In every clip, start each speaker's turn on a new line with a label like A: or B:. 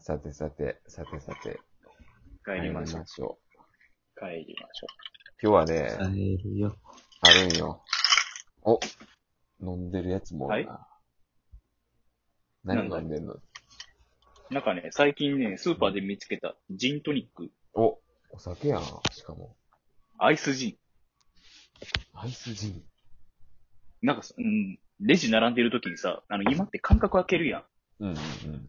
A: さてさて、さてさて、
B: 帰りましょう。
A: しょう。
B: 帰りましょ
A: 今日はね、
C: 帰るよ。
A: あるんよ。お飲んでるやつもおるな。何
B: なんだ
A: 飲んでんの
B: う。なんかね、最近ね、スーパーで見つけたジントニック、
A: おお酒やん、しかも。
B: アイスジン。
A: アイスジン。
B: なんかさ、うん、レジ並んでる時にさ、あの、今って間隔開けるやん。
A: うんうんうん。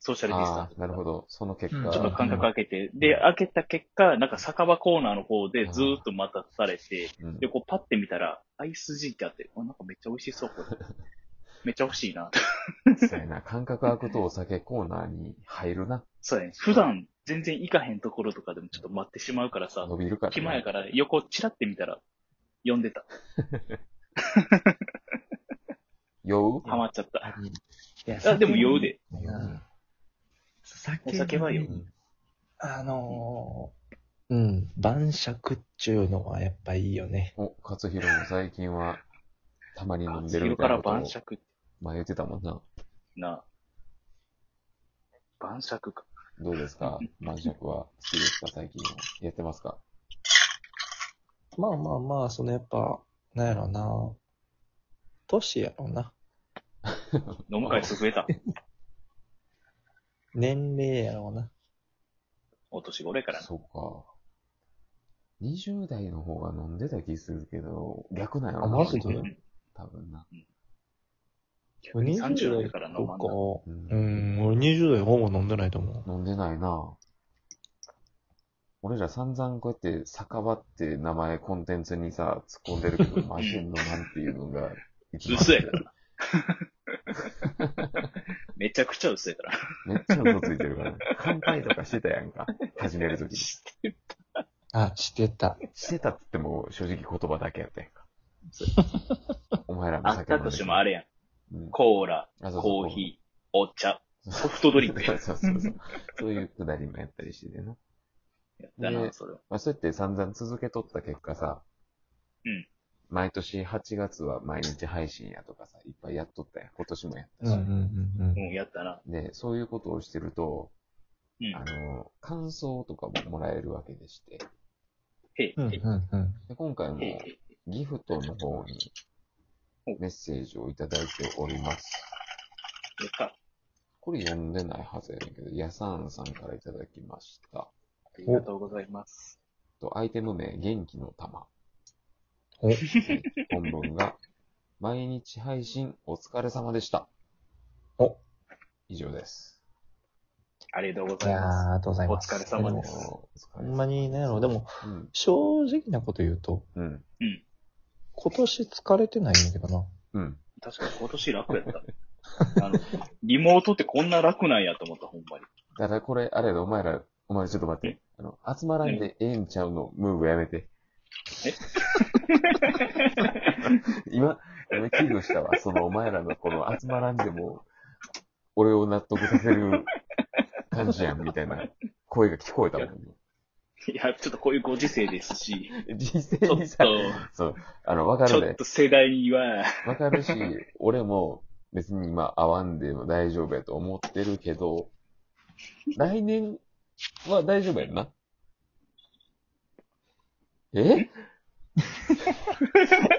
B: ソーシャルディスタン
A: ああ、なるほど。その結
C: うん
A: 果。
B: ス。ちょっと間隔開けて、
A: ん
B: で、開けた結果、なんか酒場コーナーの方でずーっと待たされて、
A: うん
B: で、こうパッて見たら、アイスジンってあって、あなんかめっちゃ美味し そう、これ。めっちゃ欲しいな。
A: そうやな。間隔空くとお酒コーナーに入るな。
B: そうやね。普段全然行かへんところとかでもちょっと待ってしまうからさ、
A: 伸びるから、ね。
B: 暇やから横チラって見たら、呼んでた。
A: 酔う
B: ハマっちゃった。
C: いや
B: あ、でも酔う。で。
C: 酒はね酒
B: お酒は酔う
C: ねあのー、うん、晩酌っちゅうのはやっぱいいよね。
A: お、勝弘も最近は、たまに 飲んでる
B: 昼
A: みたい
B: か
A: な
B: ら
A: ことを
B: 晩酌って
A: まあ言ってたもんな。
B: な。晩酌か。
A: どうですか晩酌は好きですか最近は。やってますか
C: まあまあまあ、そのやっぱ、なんやろな。年やろな。
B: 飲む回数増えた。
C: 年齢やろうな。
B: お年頃やからな。
A: そうか。20代の方が飲んでた気するけど、逆なんやろ
C: あマジで
A: 多分多分な。
B: 逆に30代
C: 代
B: から飲まんな。
C: と
A: う
C: か。うんん、俺20代ほぼ飲んでないと思う。
A: 飲んでないな俺ら散々こうやって酒場って名前コンテンツにさ、突っ込んでるけど、マジで飲まんっていうのが、一番
B: 嘘やから。めちゃくちゃ薄いから。
A: めっちゃ嘘ついてるから、ね。乾杯とかしてたやんか。始めるときに。し
C: あ、してた。
A: てたって言っても、正直言葉だけやったやん か。お前らも
B: あっ
A: 酒飲ん
B: たと
A: で
B: してもあれやん。
A: うん
B: コーラ、
A: あそうそう
B: コーヒー、お茶、
A: そ
B: ソ
A: う
B: フトドリンク や
A: そうそうそう。そういうくだりもやったりしててな。
B: ったな、
A: ね
B: それは。
A: まあ、そうやって散々続けとった結果さ、
B: うん。
A: 毎年8月は毎日配信やとかさ、いっぱいやっとったやん。今年もやっ
C: うん
A: た
C: う
A: し。
C: んうん
B: うん、やったな。
A: で、そういうことをしてると、
B: うん。
A: あの、感想とかももらえるわけでして。
B: へい、
C: うん。うん
B: へい、
C: うんうん。
A: で今回も
B: へい、へい。
A: ギフトの方にメッセージをいただいております。
B: やった。あ
A: これ読んでないはずやねんけど、ヤサンさんからいただきました。
B: りがとうございます。
A: と、アイテム名、元気の玉。
C: お、
A: はい本文が、毎日配信お疲れ様でした。
C: お、
A: 以上です。
B: ありがとうご
C: い
B: ざい
C: やー
B: ます。
C: ありがとうございます。
B: お疲れ様です
C: も
A: お疲
C: ほ
A: れ
C: ん
A: 様
C: まに、なんやろ、でも、
A: うん。
C: 正直なこと言うと、
A: うん。
C: 今年疲れてないんだけどな。
A: うん。
B: 確かに今年楽やった。あの、リモートってこんな楽なんやと思った、ほんまに。
A: だからこれ、あれやで、お前ら、お前ちょっと待って。あの、集まらんでええんちゃうの、ムーブやめて。
B: え
A: 今、今危惧したわ。そのお前らのこの集まらんでも、俺を納得させる感じやん、みたいな声が聞こえたもんね。
B: いや、ちょっとこういうご時世ですし、
A: 実
B: ち
A: 際
B: ょっ
A: に
B: と、
A: さ、そう、あの、わか
B: ち
A: る
B: ょっ
A: で。
B: と世代には、
A: わかるし、俺も別に今会わんでも大丈夫やと思ってるけど、来年は大丈夫やんな。え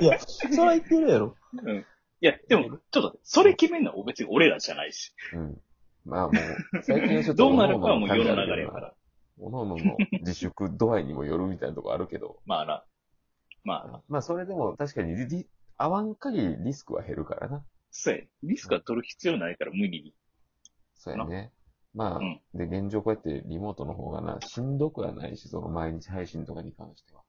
C: いや、それは言ってるやろ。
B: うん。いや、でも、ちょっと、それ決めんのは別に俺らじゃないし。
A: うん。まあもう、最近はちょっと
B: どうなるかはもう世の流れ
A: 各々の感じあるけ
B: やか
A: どな。
B: ら。
A: おのおのの自粛度合いにもよるみたいなとこあるけ ど、
B: まあな。まあな。
A: まあそれでも確かにリリ、会わん限りリスクは減るからな。
B: そうや。リスクは取る必要ないから無理に。
A: そうやね。まあ、
B: うん
A: で、現状こうやってリモートの方がな、しんどくはないし、その毎日配信とかに関しては。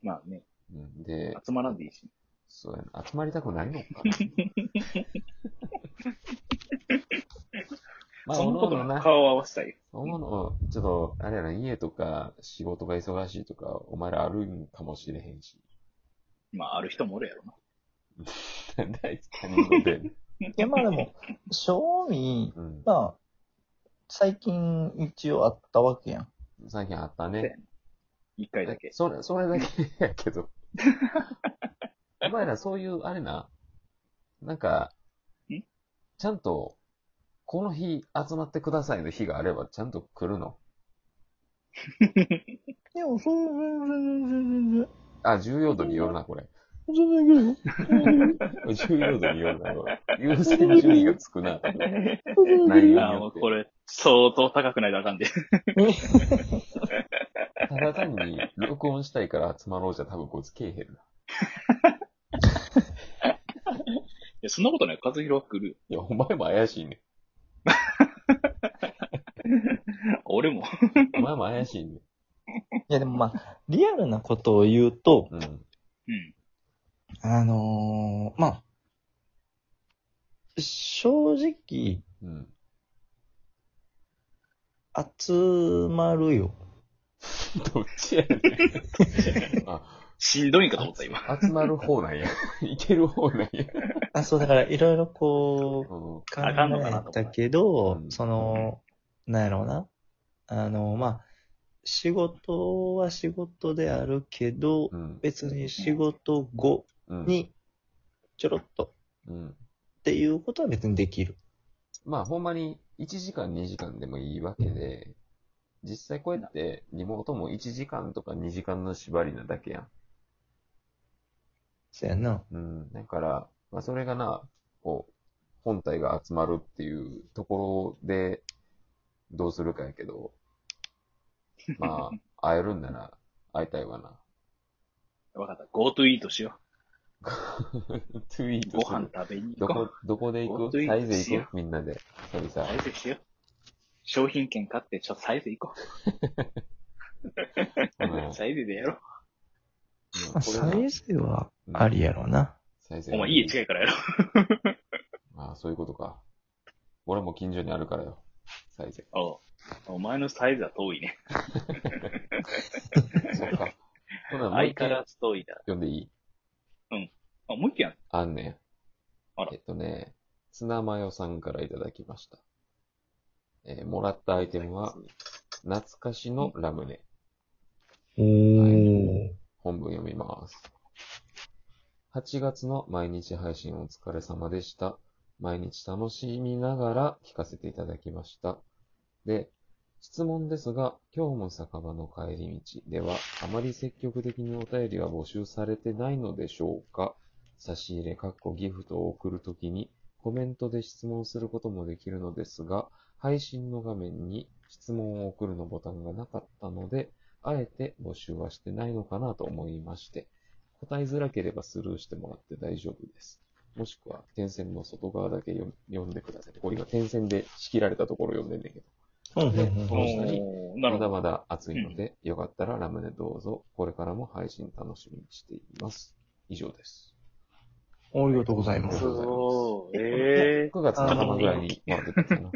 B: まあね。
A: うん、で、
B: 集まらんでいいし。
A: そうやな。集まりたくない のかな。まあ、
B: そ
A: お
B: の
A: の
B: こ
A: お
B: と
A: の
B: は
A: な、
B: 顔を合わせたいよ。
A: おのおの、ちょっと、あれやな、家とか仕事が忙しいとか、お前らあるんかもしれへんし。
B: まあ、ある人もおるやろな。
A: 大体他人ので。
C: いや、まあでも、正味、
A: うん。
C: まあ、最近一応あったわけやん。
A: 最近あったね。
B: 一回だけ。
A: それ、それだけやけど。お前らそういう、あれな、なんか
B: ん、
A: ちゃんとこの日集まってくださいの日があればちゃんと来るの
C: いや、そう、全然、
A: あ、重要度によるな、これ。
C: 全然、全然、全然、全
A: 重
C: 然、
A: 要度によるな、これ。優先順位がつくな。
C: 全
A: 内容
B: あーもうこれ、相当高くないとあかんで。
A: ただ単に録音したいから集まろうじゃ多分こいつけえへんな。
B: いや、そんなことない。和弘は来る。
A: いや、お前も怪しいね。
B: 俺も。
A: お前も怪しいね。
C: いや、でもまあ、リアルなことを言うと、
A: うん。
B: うん。
C: あのー、まあ、正直、
A: うん。
C: 集まるよ。
A: どっちやねん。あ、
B: しんどいんかと思った、今。
A: 集まる方なんや。いける方なんや。
C: あ、そう、だから、いろいろこう、
A: うん。
C: 考
B: あかんのかなと思
C: え
B: った
C: たけど
A: う、ん
C: その、なんやろうな。あの、まあ、仕事は仕事であるけど
A: う、ん。
C: 別に仕事後
A: うん。
C: に、ちょろっと
A: うん。
C: っていうことは別にできる。
A: まあ、ほんまに1時間2時間でもいいわけで、実際こうやってリモートも1時間とか2時間の縛りなだけやん。
C: そうやな。
A: うん、だから、まあ、それがな、こう、本体が集まるっていうところで、どうするかやけ ど、まあ、会えるんなら、会いたいわな。
B: わかった。GoTo イートしよ
A: ツイー
B: う。
A: トする
B: ご飯食べに行
A: ど
B: こう
A: こ。、どこで行
B: Go to
A: く
B: eat
A: サイズ
B: し
A: 行
B: よ
A: くみんなで。久々
B: サイ。ズしよう。商品券買って、ちょっとサイズ行こ
A: うん
B: う。サイズでやろう。
C: まあ、サイズはあ。
A: うん
C: りやろうな。
A: これがうんサイズ
B: お前家近いからやろう。
A: ああ、そういうことか。俺も近所にあるからよ。サイズ。
B: おうお前のサイズは遠いね。
A: そっ か。ほな、もう
B: 相
A: 一
B: 変わ
A: 回
B: らず遠いだ。
A: 読んでいい
B: あ、もう一件ある
A: あんねん。
B: あら
A: えっとね、ツナマヨさんからいただきました。えーもらったアイテムは、懐かしのラムネ。
C: お
A: ー。本文読みます。8月の毎日配信お疲れ様でした。毎日楽しみながら聞かせていただきました。で、質問ですが、今日も酒場の帰り道では、あまり積極的にお便りは募集されてないのでしょうか差し入れ、かっこギフトを送るときに、コメントで質問することもできるのですが、配信の画面に質問を送るのボタンがなかったので、あえて募集はしてないのかなと思いまして、答えづらければスルーしてもらって大丈夫です。もしくは、点線の外側だけ読読んでください。これ今、点線で仕切られたところ読んでんねんけど。
C: うんうん
A: この下に
B: おーな
A: まだ
B: るほど。
A: まだ暑いので、よかったらラムネどうぞ。これからも配信楽しみにしています。以上です。
C: うん。ありがとうござい
A: ま
C: ますす
A: す。ご
B: ご い。え
A: 9月の頭ぐらいにもらってた かな。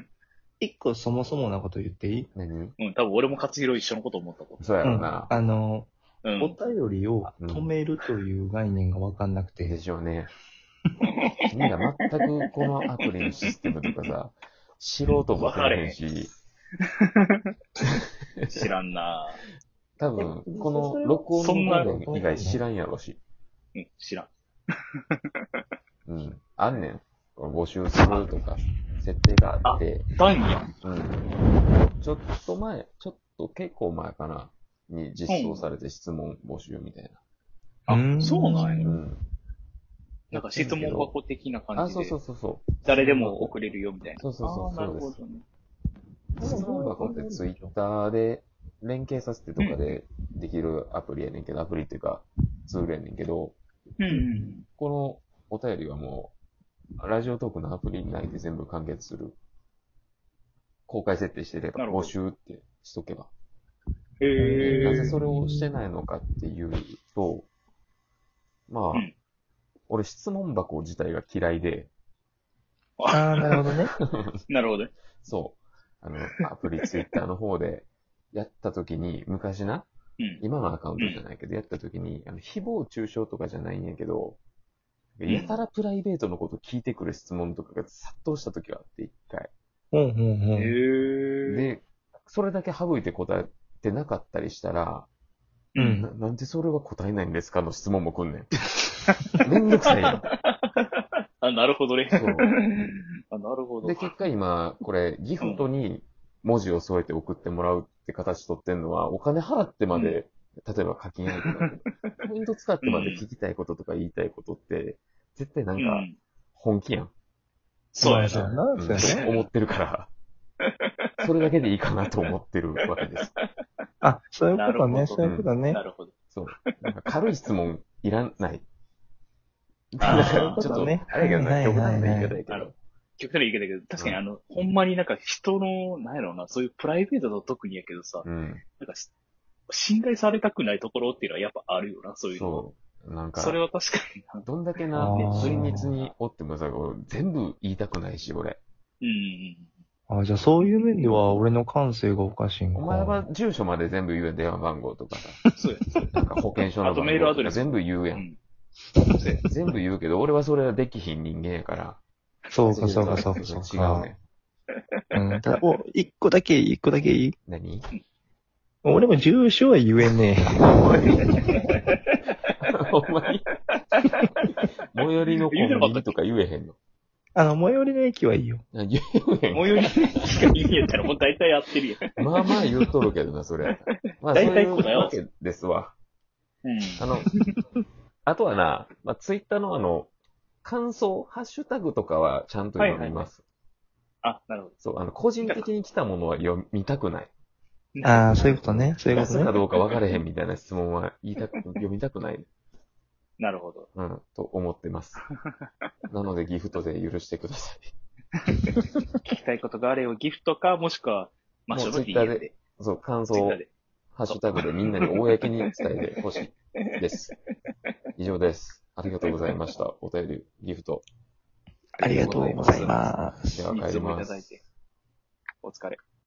C: 一個そもそもなこと言っていい
A: 何
B: え。うん、多分俺も勝弘一緒のこと思ったと。
A: そうや
C: う
A: ろ
C: ん。
A: な
C: あ。の、
B: う
C: お
B: ん。
C: 便りを止めるという概念がわかんなくて。
A: でしょうね。みんな全くこのアプリのシステムとかさ、知ろうと思ってないし、
B: 知らんな
A: 多分、この録音の部分以外知らんやろし。
B: うん、知らん。
A: うん。あんねん。募集するとか、設定があって。
B: ダンや。
A: うん。ちょっと前、ちょっと結構前かな、に実装されて質問募集みたい
B: あ
C: う、ん
B: そうなん
A: な。
B: や。
A: うん。
B: なんか質問箱的な感
A: あ、
B: じ
A: そう
B: で
A: そう、そうそう。
B: 誰でも送れるよみたいな。
A: そうそうそう
B: あーなる
A: そう
B: ほ
A: で
B: どね。
A: 質問箱ってツイッターで連携させてとかでできるアプリやねんけど、アプリっていうかツールやねんけど、
B: うんうん。
A: このお便りはもう、ラジオトークのアプリ内で全部完結する。公開設定してれば、
B: なるほ
A: 募
B: ど
A: 集ってしとけば。
B: へえ。
A: なぜそれをしてないのかっていうと、まあ、
B: うん
A: 俺質問箱自体が嫌いで、
C: ああ、なるほどね。
B: なるほどね。
A: そう、あの、アプリツイッターの方でやった時に、昔な、
B: うん。
A: 今のアカウントじゃないけど、やった時に、あの、誹謗中傷とかじゃないんやけど、やたらプライベートのこと聞いてくる質問とかが殺到した時があって、一回。
C: うんうん
B: へ
C: うん。
B: え。
A: で、それだけ省いて答えてなかったりしたら、
C: う。
A: なんなんでそれは答えないんですかの質問も来んねん。めんどくさいやん。
B: あ、なるほどね。
A: そう
B: あなるほど。
A: で、結果今、これ、ギフトに文字を添えて送ってもらうって形取ってんのは、お金払ってまで、例えば課金アイテムだ とポイント使ってまで聞きたいこととか言いたいことって、絶対な
B: うん
A: か
B: ん。
A: 本気やん。
B: そうや
C: そうや
B: な。
C: な
A: うん
C: そうやな
B: ね
A: 思ってる から、それだけでいいかなと思ってるわけです。
C: あ、そういうこと
B: なる
C: ね、
B: ほど
C: そういうことね
B: な。るほど。
A: そう。なんか軽い質問いらない。
B: あー
A: なんかちょっと、
C: そういうことね
A: あれやけど
C: は
A: な、
C: い
A: 極
C: はいは
A: 端
C: い
A: な言い方やけ
B: なる
A: ど
B: ほ。極端に言い方だけど、確かにあの、ほんまになんか人の、なんやろうな、そういうプライベートの特にやけどさ、
A: うん。
B: なんかし、信頼されたくないところっていうのはやっぱあるよな、そういうの。
A: そう。なんか、
B: それは確かにな。
A: どんだけ
C: あ
A: な
C: ー、
A: 親密におってもさ、俺全部言いたくないし、俺。
B: うん。
C: あ、じゃあそういう面では俺の感性がおかしいんか。
A: お前は住所まで全部言うやん、電話番号とかさ。
B: そうや。
A: なんか保険証の
B: あと
A: 番
B: メール
A: 号
B: ア
A: とか
B: ドレス
A: 全部言うや。
B: うんん。
A: 全部言うけど、俺はそれはできひん人間やから。
C: そうか、そうか、そうか、そう
A: 違
C: か。
A: うね。
C: うん。ただ、お、一個だけ、一個だけいい
A: 何
C: 俺も住所は言えね
A: ほんまに最寄りのコンビニとか言えへんの。
C: え。あの、最寄りの駅はいいよ。
A: あ言えへん。
B: 最寄りのしか言えたらもう大体やってるやん。
A: まあまあ言うとるけどな、それ。まあ、そう
B: 大
A: い
B: 体
A: う
B: こうだよ
A: わけですわ。
B: うん。
A: あ の、あとはな、まあ、ツイッターのあの、感想、ハッシュタグとかはちゃんと読みます。
B: あ、なるほど。
A: そう、あの、個人的に来たものは読みたくない。
C: ああ、そういうことね。そういう
A: 出
C: こと
A: すか
C: ね。
A: どうか分かれへんみたいな質問は言いたく、読みたくない。
B: なるほど。
A: うん、と思って ます。なのでギフトで許してください。
B: 聞きたいことがあれよ、ギフトか、もしくは、マシュ
A: もう
B: の
A: Twitter
B: DM
A: で
B: で。
A: そう、感想
B: Twitter
A: を
B: で。
A: ハッシュタグでみんなに公に伝えてほしい です。以上です。ありがとうございました。お便り、ギフト。
C: ありがとうございます。
A: では帰ります
B: いつもいただいてお疲れ。